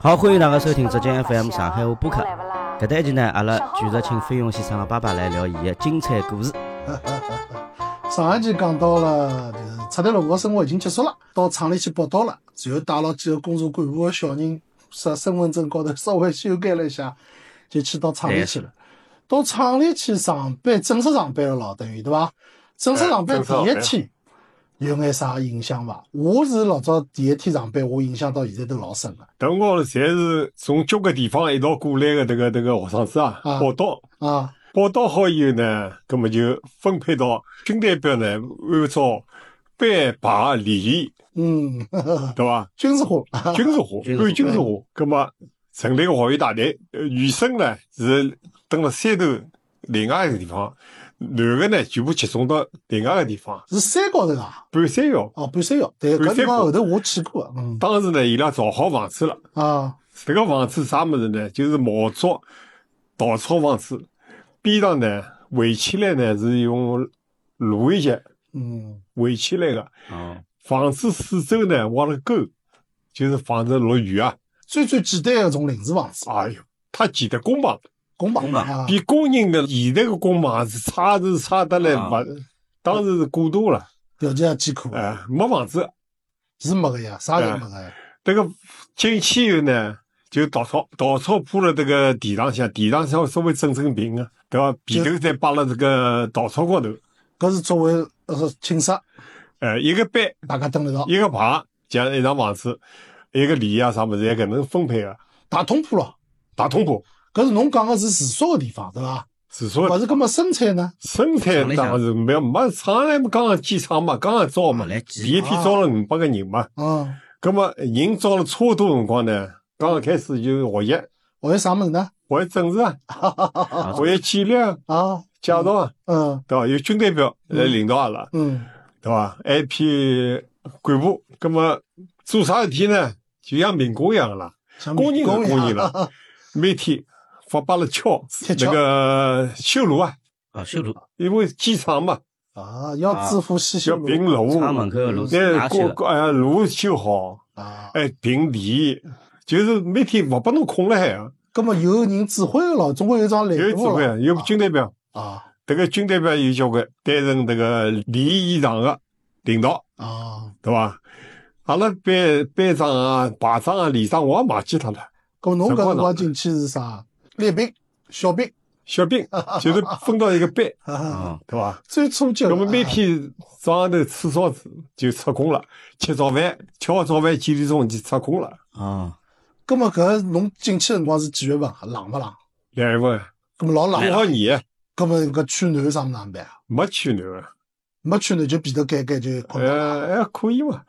好，欢迎大家收听浙江 FM 上海话播客。搿单期呢，阿拉继续请费用先生的爸爸来聊伊的精彩故事。上一期讲到了，呃就是出来了，我生活已经结束了，到厂里去报到了，然后带了几个工作干部的小人，身身份证高头稍微修改了一下，就去到厂里去了。到厂里去上班，正式上班了咯，等于对伐？正式上班第一天有眼啥影响伐？我是老早第一天上班，我印象到现在都老深个。等辰光侪是从交关地方一道过来的这个这个学生子啊，啊报到啊报到好以后呢，葛么就分配到军代表呢，按照班排礼仪，嗯， 对伐？军事化，军军事事化，化按军事化，葛么成立个学院大队，呃女生呢是蹲了山头另外一个地方，男个呢全部集中到另外一个地方，是山高头啊，半山腰。哦，半山腰，对，搿半山地方坡后头我去过，嗯当时呢，伊拉造好房子了。啊，这个房子啥么子呢？就是茅竹稻草房子，边上呢围起来呢是用芦苇节嗯。围起来的。哦，房子四周呢挖了沟，就是防止落雨啊。最最简单的一种临时房子，哎哟，他建的工棚公公房房啊，比工人的现在的工棚是差是差得来啊勿，当时是过度了，条件也艰苦，哎、没房子。是没个呀，啥侪没个呀，这个进去以后呢，就稻草稻草铺了这个地浪向，地浪向稍微整整平啊，对伐？被头再摆了这个稻草高头。搿是作为呃寝室，呃，一个班大家蹲了一道，一个棚，像一幢房子，一个礼啊啥么子，也搿能分配啊。大通铺咯。大通铺，搿是侬讲个是住宿个地方，对伐？是勿说是搿么生产呢？生产当时没有没厂来，刚刚建厂嘛，刚刚招嘛，啊来建第一批招了五百个人嘛。嗯，葛么人招了差勿多辰光呢，刚刚开始就学习，学些啥物事呢？学习政治啊，啊哦学习纪律啊，啊，驾照啊，嗯对伐？有军代表来领导阿拉，嗯，对伐？还一批干部，葛么做啥事体呢？就像民工一样啦。像工人工是工人啊，了，每天发罢了锹铁，锹那个修路啊，啊，修路，哦因为机场嘛，啊，要致富先要修平路路，厂门口的路是哎，哪修过的？过哎路修好，啊。哎平地，就是每天勿拨侬空了海啊，搿么有人指挥个咯，总归有桩有领指导挥了啊，有军代表，啊迭个军代表有交关担任迭个礼仪场个领导，啊。对伐？阿拉班班长啊、排长啊、连长，我也忘记脱了。搿侬陈搿科辰光长进去是啥？列兵、小兵， 小兵就是分到一个班，哈哈，啊，对伐？最初啊级。那么每天早上头吃早子就出工了，吃早饭，吃好早饭几点钟就出工了。啊，葛么搿侬进去辰光是几月份？啊冷勿啊冷？两月份，葛么老正冷。好年葛么搿去南啥么哪能办啊？没去南，没去南就被头盖盖就困觉了。呃，还可以嘛，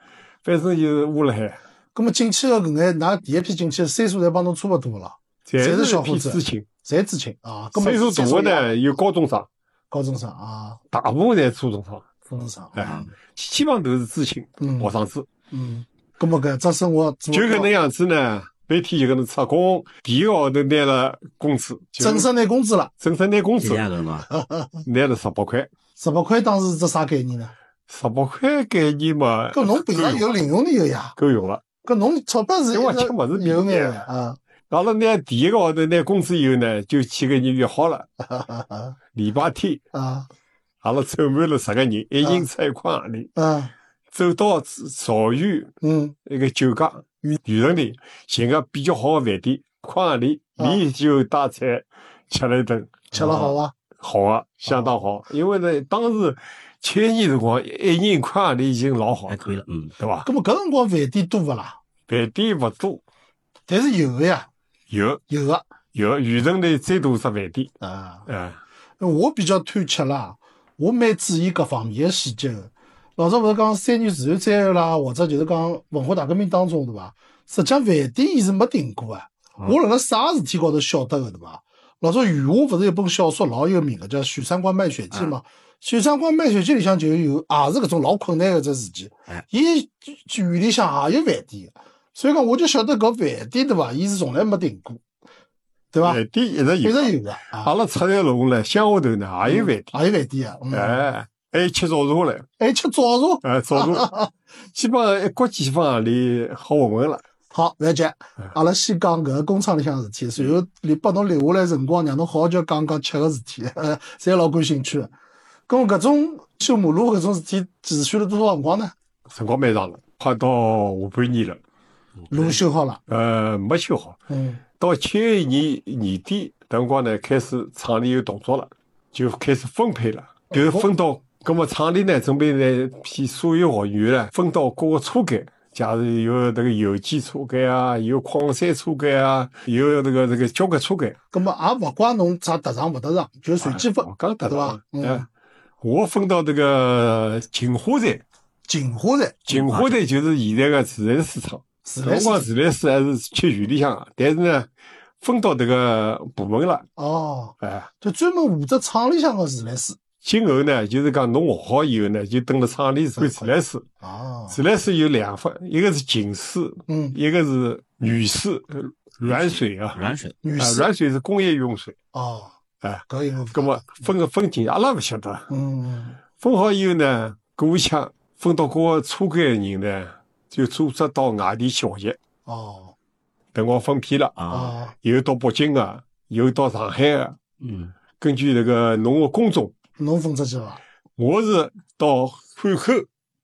反正就是窝了海，葛么进去个搿眼，㑚第一批进去的岁数侪帮侬差勿多个咯，侪侪是是小一伙批子知青。侪知青啊。葛么岁数大岁的数也呢，有高中生，高中生啊，大部分侪初中生，高中生。啊哎，基本上都是知青嗯学生子。嗯，葛么搿只生活做就搿到能样子呢，每天就搿能出工，第一个号头拿了工资，就正式拿工资了，正式拿工几资，两个辰光？哦拿了十八块，十八块当时是只啥概念呢？十八块概念嘛，搿侬平常够用有零用钿个呀？够用了。搿侬钞票是一因为吃物直事比有眼较的啊，阿拉拿第一个号头拿工资以后呢，就去个人约好了，哈哈哈礼拜天啊阿拉凑满了十个人，一人出一块行钿，啊走到曹县嗯一个酒家渔渔城里寻个比较好的饭店，块行钿连酒带菜吃了一顿，吃了好伐？好啊，相当好。因为呢，当时七一年辰光，一人一块行钿已经老好还哎了，可以了，嗯，对伐？葛么搿辰光饭店多勿啦？饭店勿多，但是有个呀，有有个有渔城里最大只饭店，啊。啊，我比较贪吃啦，我蛮注意各方面的细节的。老早勿是讲三年自然灾害啦，或者就是讲文化大革命当中，对伐？实际上饭店伊是没停过啊。嗯我辣辣啥事体高头晓得个，对伐？老早余华勿是有本小说老有名个，叫《许三观卖血记》嗯嘛，《许三观卖血记》里向就有，也是搿种老困难个只事体哎。伊院里向也有饭店，所以讲我就晓得搿饭店对伐？伊是从来没停过，对哎伐？饭店一直一有。直有个，啊阿拉出来路呢，乡下头呢也有饭店。也有饭店啊。嗯哎，还有吃早茶嘞，啊还吃早茶， 哎，早茶，基本上一国际方里好混混了，好，勿要急，阿拉先讲搿个工厂里向的事体，随后留拨侬留下来辰光，让侬好好叫讲讲吃个事体， 呃，侪老感兴趣个。咁么搿种修马路搿种事体持续了多少辰光呢？辰光蛮长了，快到下半年了，路修好了，呃，没修好。嗯，到七一年年底，搿辰光呢，开始厂里有动作了，就开始分配了，就是分到，葛末厂里呢，准备呢，批所有学员呢，分到各个车间，假如有这个有机车间啊，有矿山车间啊，有这个这个交关车间，啊咁么也勿怪侬啥特长勿特长，就随机分我，讲得对伐了，？嗯，哎，我分到这个锦华站，锦华站锦华站就是现在的自然市场。自来辰光水自来水还是去县里向的，啊但是呢，分到这个部门了，哦，哎，就专门负责厂里向个自来水今后呢，就是讲侬学好以后呢，就蹲辣厂里管自来水。哦，自来水有两份，一个是井水，嗯，一个是雨水，呃软水啊，软水，女啊，士软水是工业用水。哦，哎，搿有葛么分个分井，阿拉勿晓得。嗯，分好以后呢，过腔分到各个车间的人呢，就组织到外地去学习。哦，等我分批了，啊，哦，有到北京啊，有到上海啊，嗯，根据这个侬个工种。侬分出去伐？我是到汉口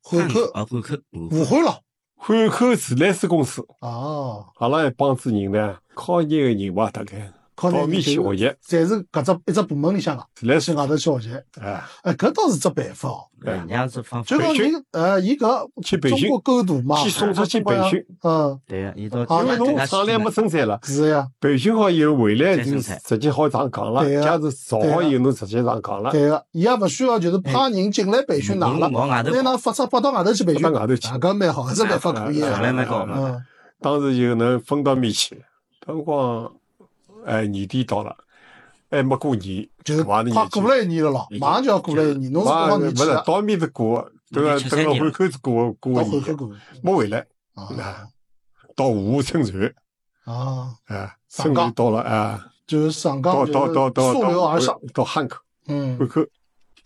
汉口、啊，汉口，嗯武汉咯，汉口自来水公司，哦，阿拉一帮子人呢，考研个人吧，大概靠到那面去学习，侪是搿只一只部门里向个，自来去水外头去学习，啊，哎，搿倒是只办法哦。人家是方法就，讲培训人呃，伊搿去培训中国构图嘛，去送出去培训，嗯，对呀，伊到啊因为人侬家厂里还没去生产了，是呀，培训好以后回来再就生产直接好上岗了对，啊假如造好以后侬直接上岗了，对个，伊也勿需要就是哎派人进来培训嗯拿了人往外头，拿㑚发出跑到外头去培训，跑到啊外头去搿蛮好，这哎办法可以啊。上来蛮高嘛，嗯，当时就能分到面去。辰光，哎，年底到了，还没过年，就是马上快过年了纪一年了咯，马上就要过了一年，侬是多少马上年啊不去是的？到面是过，对年吧？纪等三到年汉口是过到过汉口年，过没回来。啊到五湖乘船啊，啊，上乘岗船到了啊，就是上到岗就到到到是溯流到而上，到汉口，嗯汉。口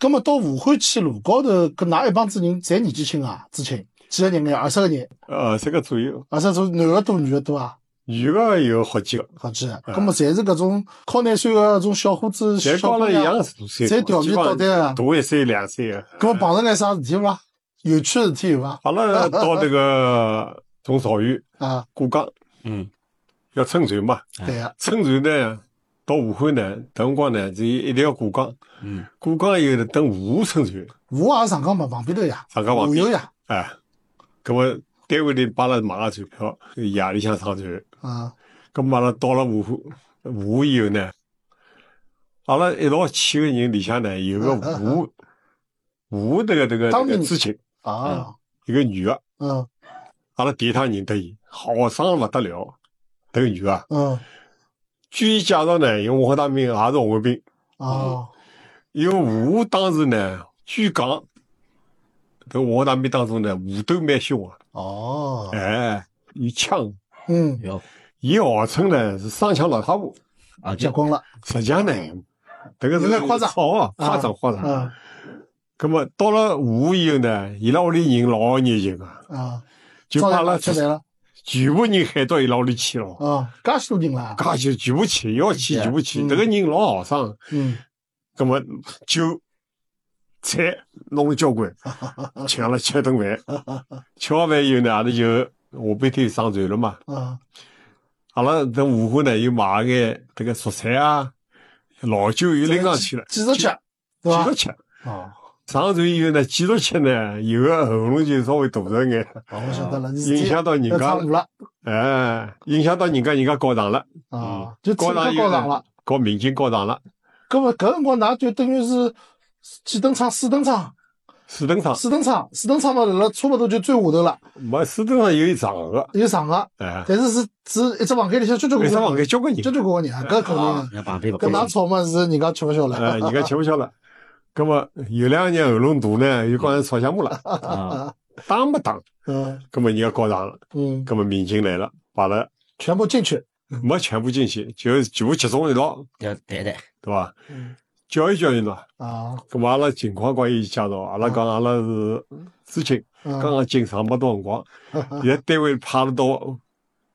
咁么到武汉去路高头，搿㑚一帮子人侪年纪轻啊，知青几个人眼，二十个人，呃十个左右，二十组男个多，女个多啊，女个有好几个，好记。咁么侪是搿种靠廿岁个搿种小伙子、侪小到姑了一娘样，是岁数，侪调皮捣蛋啊。大一岁两岁个。咁么碰着眼啥事体伐？有趣的事体有伐？阿拉到那个从草原啊，过江嗯，要乘船嘛，对啊，乘船呢到武汉呢，等辰光呢就一定要过江，嗯，过江以后呢等五湖乘船，我也上岗嘛，旁边头呀，上岗旁下边游呀，哎，搿么单位里帮阿拉买个船票，夜里向上船。啊，咁嘛，阿拉到了武汉，武汉以后呢，阿拉一道去个人里向呢，有个武武汉这个这个这嗯当地个人知青，啊，一个女个，嗯阿拉第一趟认得伊，好生勿得了，迭个女个，嗯据伊介绍呢，因为我和他们也是红卫兵，嗯啊，因为武汉当时呢，据讲，迭我和他们当中呢，武斗蛮凶啊，哦，哎，有枪，嗯，要伊号称呢是双枪老太婆，哎啊，结就棍了，实际上呢，迭个有是点夸张好啊，夸张夸张。嗯咁么到了武汉以后呢，伊拉屋里人老热情个，啊，就照把阿样拉吃饭了，全部人喊到伊拉屋里去了，啊，介许多人了，噶就全部去，要去嗯全部去。嗯迭个人老豪爽，嗯，咁么酒菜弄了交 关，请阿拉吃一顿饭。吃好饭以后呢，阿拉就下半天上船了嘛。啊，阿拉等武汉呢又买了眼迭个蔬菜啊、老酒又拎上去了，继续吃，对继伐续？吃。哦。上船以后呢，继续吃呢，有个喉咙就稍微大着眼，哦，我晓得了，影响到人要家唱了舞。了哎，影响到人家，人家告状了，啊，就告唱状到以高后上呢了。，告民警告状了，搿么搿辰光，㑚就等于是几等舱、四等舱、四等舱四等舱、四等舱嘛，辣辣差不多就最下头了，没四等舱有一长个，有上个，哎，但是是只一只房间里向交交为关啥关房间交关人交？交关关人啊，搿肯定啊。人家旁边勿搿㑚高兴，吵嘛是人家吃勿消哎，了，人家吃不消了。那么有两个人喉咙大呢，又讲吵相骂了，啊，打没打？嗯那么人家告状了，嗯，那么民警来了，把了全部进去，没全部进去，就全部集中一道，要谈 谈，对吧嗯？教育教育喏，啊，那么阿拉情况关于介绍，阿拉讲阿拉是知青，刚嗯刚进厂没多辰光，现在单位派了到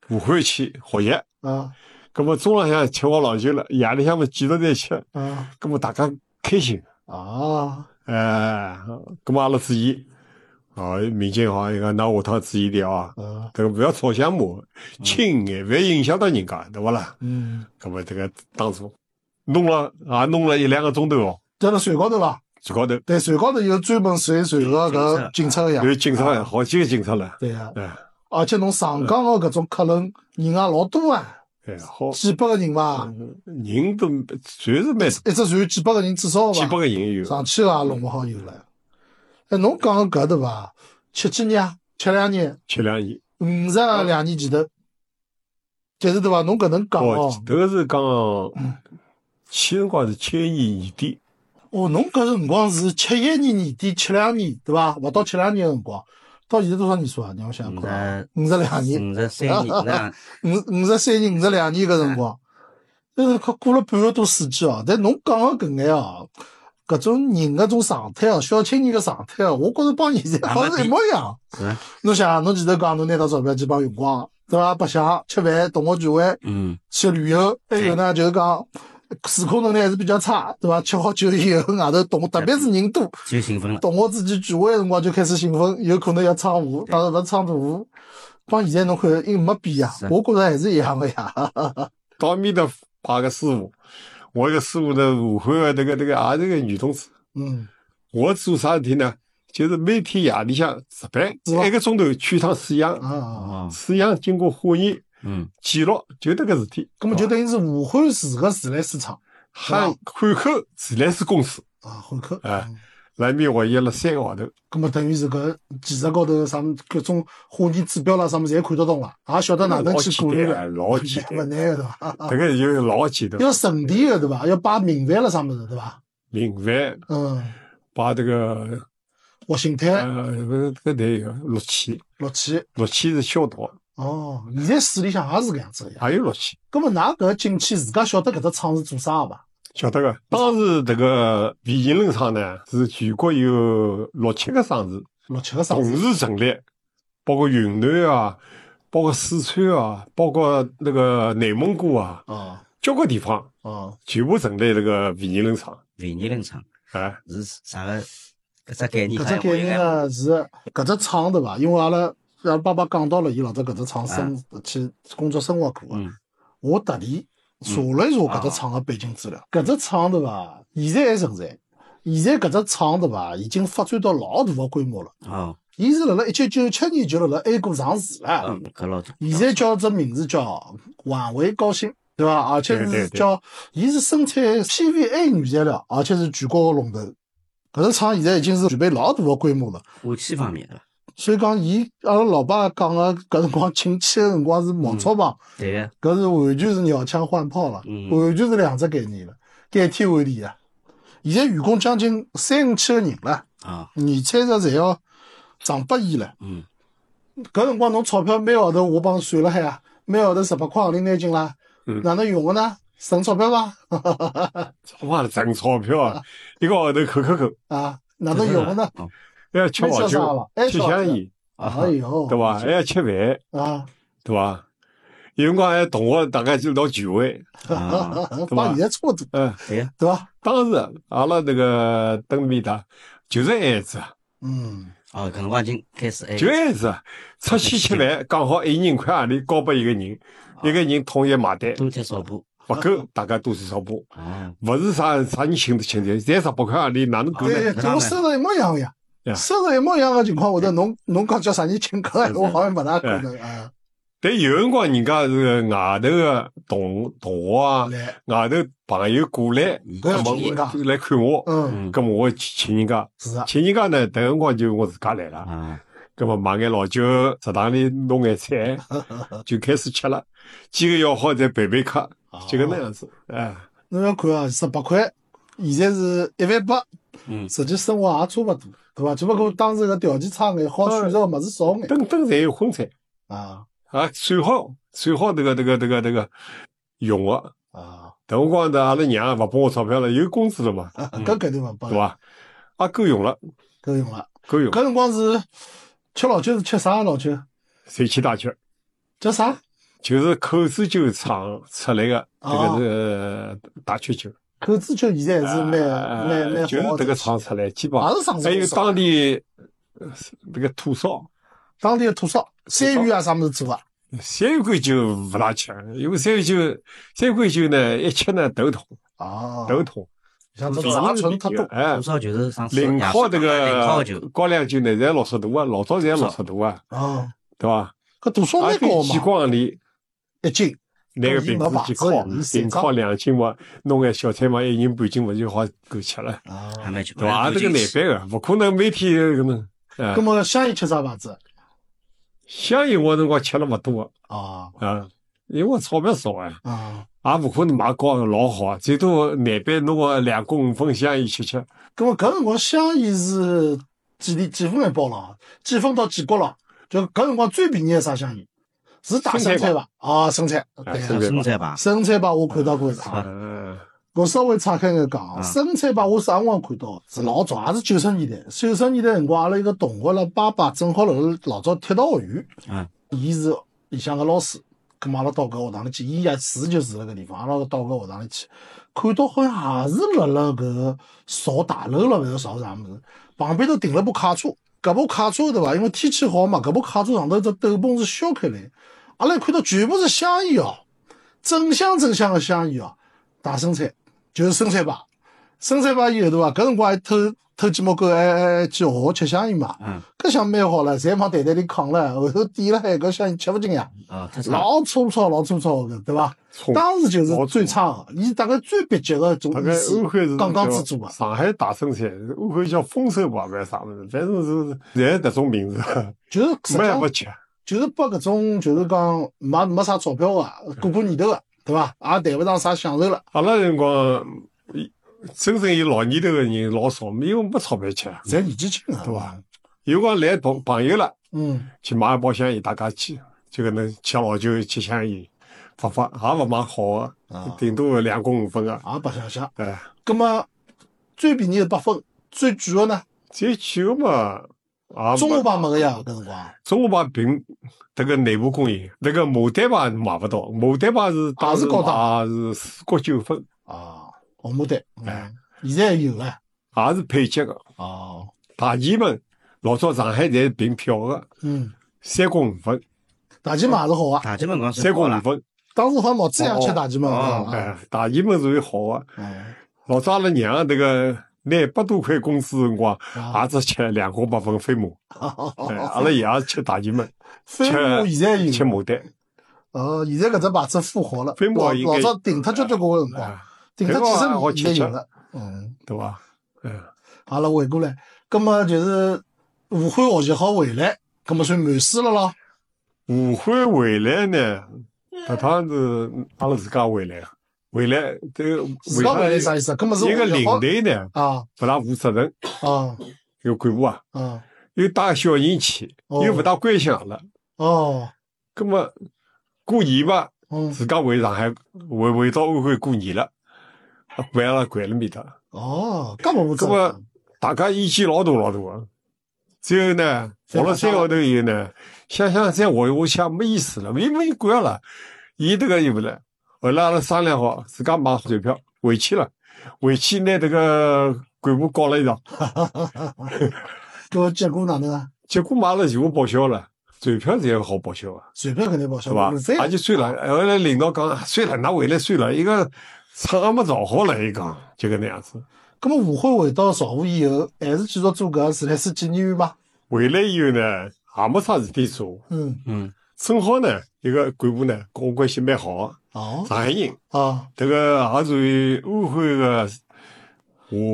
武汉去学习。啊葛么中浪向吃好老酒了，夜里向么继续再吃，啊葛么大家开心。啊！哎，葛么阿拉注意，哦，民警好像讲，那下趟注意点啊，啊这个不要吵相骂，轻眼，勿要影响到人家，对不啦？嗯，葛么这个当初弄了也弄了一两个钟头哦，在那船高头伐？最高头对，船高头有专门随随个搿警察个呀。有警察，好几个警察了，对呀，哎而且侬上港个搿种客人人也老多啊，哎，好，几百个人伐，人都全是蛮一只船几百个人至少几百伐，个人有，上去伐，弄勿好有了。哎，侬讲个搿对伐？七几年啊，七两年，七两银。五十两年前头，但是对伐？侬搿能讲哦哦，，嗯这个是讲去辰光是七一年底，哦，侬搿辰光是七一年年底，七两年对伐？勿到七两年个辰光，到现在多少年数啊？让我想想看啊，嗯五十两年，五十三年，那五五十三年、五十两年搿辰光，但是快过了半个多世纪哦。但侬讲个搿眼哦，搿种人搿种状态哦，小青年个状态哦，我觉着帮现在好像是一模一样。是吧？侬想啊，侬前头讲侬拿到钞票去帮用光，对伐？白相、吃饭、同学聚会、嗯，去旅游，还有呢就是讲。自控能力还是比较差，对伐？吃好酒以后，外头同特别是人多，最兴 奋了。同学之间聚会的辰光就开始兴奋，有可能要唱舞，当然勿是唱大舞。帮现在侬看，又没变呀是，我觉着还是一样的呀。到面搭派个师傅，我一个师傅呢，武汉的这个这个也是个女同志。嗯，我做啥事体呢？就是每天夜里向值班，是吧一个钟头去一趟水啊养，啊，哦，水养经过化验嗯，记录，就这个事体。那么就等于是武汉市个自来水厂汉汉口自来水公司，啊，汉口。哎嗯，来面学习了三个号头，那么等于是搿技术高头啥么各种化验指标啦啥么侪看得懂了，也晓得哪能去管理了，老 简勿单，难个对伐？ 这个就老简单。要审题个对伐？要摆名牌了啥么子对伐？民饭嗯，把这个活性炭、呃，不是这个得有氯气，氯气。氯气是消毒，哦，现在市里向也是搿样子个呀。还有氯气，咁么，㑚搿进去自家晓得搿只厂是做啥个伐？晓得个。当时这个皮银轮厂呢，是全国有六七个厂子六七个厂同子时成立，包括云南啊，包括四川啊，包括那个内蒙古啊，啊交关地方啊，全部成立这个皮银轮厂。维尼林场哎，是啥个？搿只概念？搿只概念呢是搿只厂对伐？因为阿拉阿拉爸爸讲到了，伊老早搿只厂生啊去工作生活过个嗯。我特地查嗯了一查搿啊只厂个背景资料，搿只厂对伐？现在还存在。现在搿只厂对伐，已经发展到老大个规模了。哦，伊是辣辣一九九七年就辣辣 A 股上市了。嗯，搿老早现在叫啊这名字叫晚维高新，对吧？而且对对是对叫，伊是生产 PVA 原材料，而且是全国个龙头。搿只厂现在已经是具备老大个规模了，武器方面对伐？所以讲，伊阿拉老爸讲个搿辰光进去个辰光是毛草房，嗯对个，搿是完全是鸟枪换炮了，嗯完全是两只概念了，改天换地啊！现在员工将近三五千个人了，啊，年产值侪要上百亿了。嗯，搿辰光侬钞票每号头我帮算了海啊，每号头十八块行钿拿进来，嗯哪能用个呢？省钞票伐？哇，挣钞票啊，一个号头扣扣扣，啊，哪能用个呢？哦？还哎要吃没好吃啥了酒，还吃吃好香酒烟，啊哎哟， 对伐？还要吃饭。啊，对吧？有辰光还同学大家就到哎聚会，啊，帮现在差不多，嗯，对个，对伐？当时啊阿拉那个登面的，就是孩子啊，嗯，哦，搿辰光已经开始哎，就孩子啊，出去 吃饭，讲好一人块啊行钿交拨一个人，哦一个人统一买单，嗯多贴少布，不够大家都是少补，哦，勿是啥啥人请都请的，侪十八块行钿哪能够对呢？对，跟我收入一模一样个呀对。啊收入一模一样个情况下头，侬侬讲叫啥人请客，哎我好像勿大可能啊。但有辰光人家是外头的同同学啊，来，外头朋友过来，搿那要么请人家我来看我，嗯，嗯，那么我请人家，是啊，请人家呢，迭辰光就我自家来了。啊，咁么买眼老酒，食堂里弄眼菜， 就开始吃了。几个要好再陪陪客，就搿能样子。哎，侬哦要看啊，十八块，现在是一万八，嗯，实际生活也差勿多，对伐？只不过当时个条件差眼，好选择个物事少眼等等侪有荤菜，啊啊，算好算好迭个迭个迭个迭个用个。啊，等辰光呢，阿拉娘勿拨我钞票了，有工资了嘛，嗯搿肯定勿帮对，伐？啊，够用了，搿用了。够用，搿辰光是吃老酒是吃啥老酒？随去大吃。叫啥？就是口子酒厂出来的这哦个是呃大曲酒，口子酒现在还是蛮呃蛮蛮就是好的这个，厂出来，基本也是上上次还有我说当地呃这个土烧。当地的土烧、三元啊啥么子做啊？三桂酒不大吃，因为三桂酒，三桂酒呢，一吃呢头痛，啊，头痛。像这土种烧杂醇太多，哎多，少就是上次零号这零号个酒，高粱酒呢，侪六十度啊，老早侪六十度啊，啊，对吧？啊搿土烧而蛮且高几嘛，光里一斤。拿个搿伊瓶没子牌去子烤呀伊，瓶现烤装两斤嘛，弄眼小菜嘛，一人半斤勿就好够吃了，啊，还蛮久，对吧？这个难办个，不可能每天搿能。啊葛，么香烟吃啥牌子香烟我辰光吃了勿多啊？啊，因为我钞票少啊。啊，也勿可能买高的老好啊，最多难办弄个两公五分香烟吃吃。葛么搿辰光香烟是几钿几分一包了？几分到几角了？就搿辰光最便宜的啥香烟？是大生生菜菜吧？啊，生菜，啊对生啊菜生菜吧，生菜吧，我看到过一场。嗯，我稍微岔开眼讲啊，啊生产吧，我啥辰光看到？是老早，也是九十年代。九十年代辰光，阿拉一个同学了，爸爸正好辣辣老早铁道学院，嗯，伊是里向个老师，咁嘛阿拉到搿学堂里去，伊也住就住辣搿地方，阿拉到搿学堂里去，看到好像也是辣辣搿扫大楼了，勿是扫啥物事，旁边头停了部卡车，搿部卡车对伐？因为天气好嘛，搿部卡车上头只斗篷是削开来，阿拉看到全部是香烟哦，整箱整箱个香烟哦，大生产。就是生产吧，生产吧以后对伐？搿辰光还偷偷哎鸡毛狗，还还还去学校吃香烟嘛。嗯，搿想蛮好了，侪往袋袋里扛了，后头点了海，搿香烟吃勿进呀，嗯啊，他老粗糙老粗糙个，对伐？冲当时就是老粗最差个，伊大概最蹩脚个种大意概思安徽是刚啊刚制作个叫上海大生产，安徽叫丰收吧，勿是啥物事，反正是侪是迭种名字，就是实际没也上不吃。就是拨搿种就是讲没没啥钞票嗯个，过过年头个，对伐？也谈勿上啥享受了。阿拉辰光，伊真正有老年头个人老少，因为没钞票吃。侪年纪轻个，对伐？有光来朋朋友了，啊嗯，去买一包香烟，大家去就搿能吃老酒、吃香烟，发发也勿买好个啊，顶多两公五分个，也白相相。哎。葛么最便宜个八分，最贵个呢？最贵个嘛，啊，中华华牌没个呀，搿辰光。中华牌并迭个内部供应，迭个牡丹牌买勿到，牡丹牌是当时是高档买是四角九分，啊，红牡丹，哎嗯，现在有了。也是配给个。哦，大前门老早上海侪是凭票个，嗯，三角五分，大前嘛也是好啊，大姐们讲三是角高五了，分，当时好像毛子也吃大啊前嘛，哦是吧哎，大前门属于好个。哎，老早阿拉娘迭个拿百多块工资辰光，啊，也只吃两角八分 飞马，哎阿拉爷是吃大前门，飞马现在吃有，牡丹，哦，现在搿只牌子复活了，飞马老应老该早顶脱交交关辰光，哎顶脱几十这个好年现吃在有吃了，嗯，对伐？嗯。阿拉回过来，葛么就是武汉学习好回来，葛么算满师了咯，武汉回来呢，搿趟是阿拉自家回来，回来这个自家回来来啥意思？葛啊么是一个学习领好队呢，啊勿大负责任，啊有干部啊，啊又带小人去，哦又勿大关心阿拉，哦，葛末过年吧，嗯自家回上海，回回到安徽过年了，啊掼阿拉掼了面搭，哦，搿么不葛末大家意见老大老大啊，最后呢，侪打活了架三了个号头以后呢，想想再活下去也没意思了，没没管了，伊这个又不来。后来阿拉商量好，自家买船票回去了，回去拿这个干部告了一场，搿么结果哪能啊？结果嘛阿拉全部报销了，船票侪好报销啊，随便肯定报销，对吧嗯这？样也就算了。后来领导讲，算了，那回来算了，一个厂也没造好了，伊讲就搿能样子。咁么武汉回到巢湖以后，还是继续做搿自来水纪念园嘛？回来以后呢，也没啥事体做，嗯，嗯，正好呢，一个干部呢跟我关系蛮好。哦，上海人，啊，这个也属于安徽个下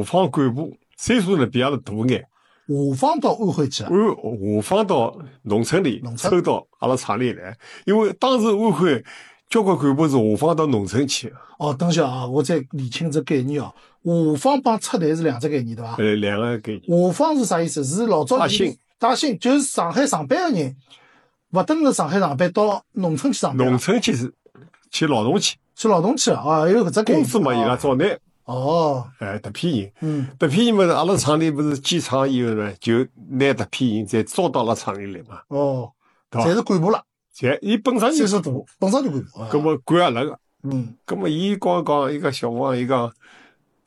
放干部，岁数呢比阿拉大眼，下放到安徽去啊，安下放到农村里农，村抽到阿拉厂里来，因为当时安徽交关干部是下放到农村去，哦，等一下啊，我再理清只概念哦。下放帮出台是两只概念对伐？呃，两个概念，下放是啥意思？是老早带薪，大兴就是上海上班个人，勿等辣上海上班，到农村去上班农啊，村去是去劳动去，去劳动去啊，啊还有搿只概工念。资嘛伊拉啊照拿，哦，哎，这批人，嗯，这批人嘛，阿拉厂里不是建厂以后呢，就拿这批人再招到阿拉厂里来嘛，哦，对吧哎侪是干部了，侪伊本身岁就数大，本身就干部啊。搿么管压力个。嗯， 咁么，伊光讲一个小王，伊讲，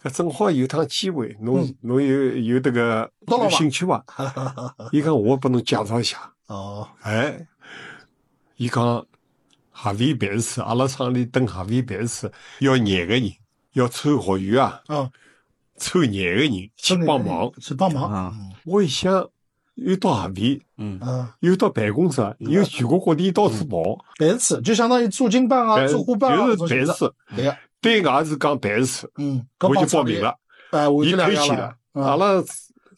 搿正好有趟机会，侬侬有有迭个到嗯了啊伐有兴趣伐？伊讲我拨侬介绍一下，哦，哎，伊讲合肥办事处，阿拉厂里蹲合肥办事处要廿个人，要抽学员啊，啊，抽廿个人去帮忙。去帮忙，啊，我一想，又到合肥，嗯，嗯，又到办公室，又全国各地到处跑，办事处就相当于驻京办啊、哎驻沪办啊，就是办事，事处。对个，对外是讲办事处，嗯，搿我帮就差报别名了。，哎，我伊就两推样荐了了，，啊阿，拉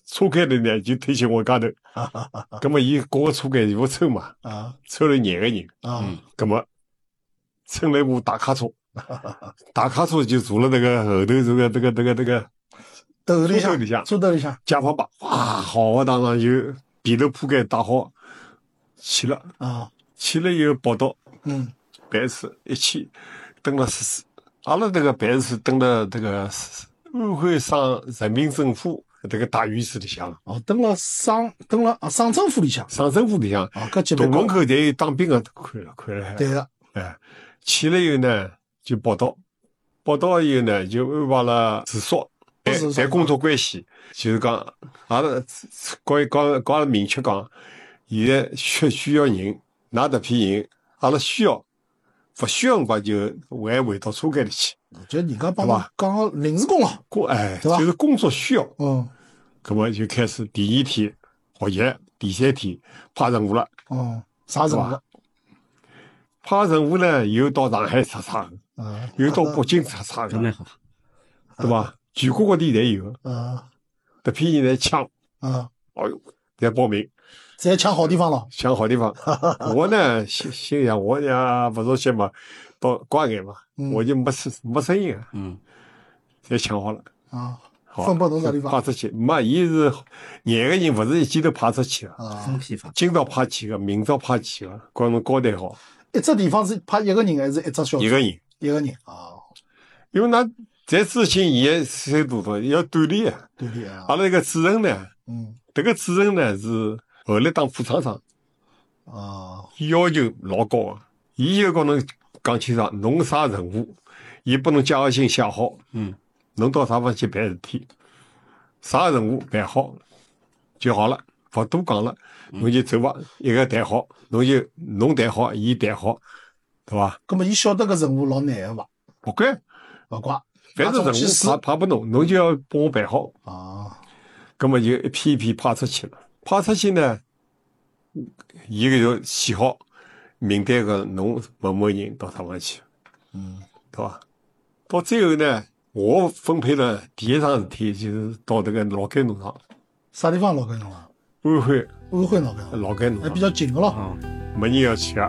车间里呢就推荐我家头，葛么伊各个车间全部抽嘛，啊抽了廿个人，啊，葛么乘了一部大卡车，大卡车就坐了那个后头这个这个这个这个兜里车头向，里向车兜里向，解放坝，哇，浩浩荡荡就被头铺盖打好，去了，啊，去了以后报到嗯，办事一去，登了十四，阿拉这个办事登了这个安徽省人民政府这个大院子里向。哦，登了省，登了啊省政府里向，省政府里向，啊，搿级大别门高，口侪有当兵的，看了看了，对个，哎，去了以后呢，就报到，报到以后呢，就安排了住宿，不谈是谈宿工作关系，就是讲，阿拉讲讲讲明确讲，现在需需要人，哪迭批人，阿拉需要，不需要辰光就还回到车间里去，就人家帮对侬吧讲临时工了，工哎，对吧就是工作需要，嗯，葛么就开始第一天学习，第三天派任务了。哦，啥任对务吧？派任务呢，又到上海出差，啊，又到北京出差搿蛮的，好。对吧？嗯全国各地侪有，啊这批人来抢，啊，哎呦，来报名，侪抢好地方了，抢好地 方。我呢，心心想，我也不熟悉嘛，到挂眼嘛，嗯我就没声没声音啊，嗯，侪抢好了。啊，好，分拨到啥地方派出去？没，伊是廿个人，不是一记头派出去的，啊分，批发，今朝派几个，明朝派几个，跟侬交代好，一只地方是派一个人还是一只小组一？个人，一个人啊，因为㑚在之前伊也收多少，要锻炼啊。对的啊阿，拉一个主任呢？嗯迭个主任呢是后来当副厂长，啊，要求老高啊个。伊就跟侬讲清爽，侬啥任务，伊拨侬介绍信写好，嗯，侬到啥方去办事体，啥任务办好就好了，勿多讲了，侬就走伐，一个谈好，侬就侬谈好，伊谈好，对伐？葛啊么伊晓得搿任务老难个伐？勿管，勿怪，反正他总任去试务派派拨侬，侬就要帮我办好，啊，葛么就一批一批派出去了。派出去呢，伊个就写好名单个侬某某人到啥方去，嗯，对伐？到最后呢，我分配了第一桩事体就是到这个老街农场，啥地方老搿侬啊？安徽安徽老搿侬，老街啊农还哎比场，较近个咯，哦，没人 要去啊。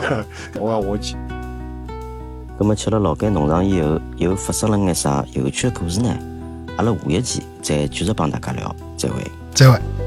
我讲我去，咁么去了老街农场以后，又发生了眼啥有趣的故事呢？阿拉下一期再继续帮大家聊，再会。再会。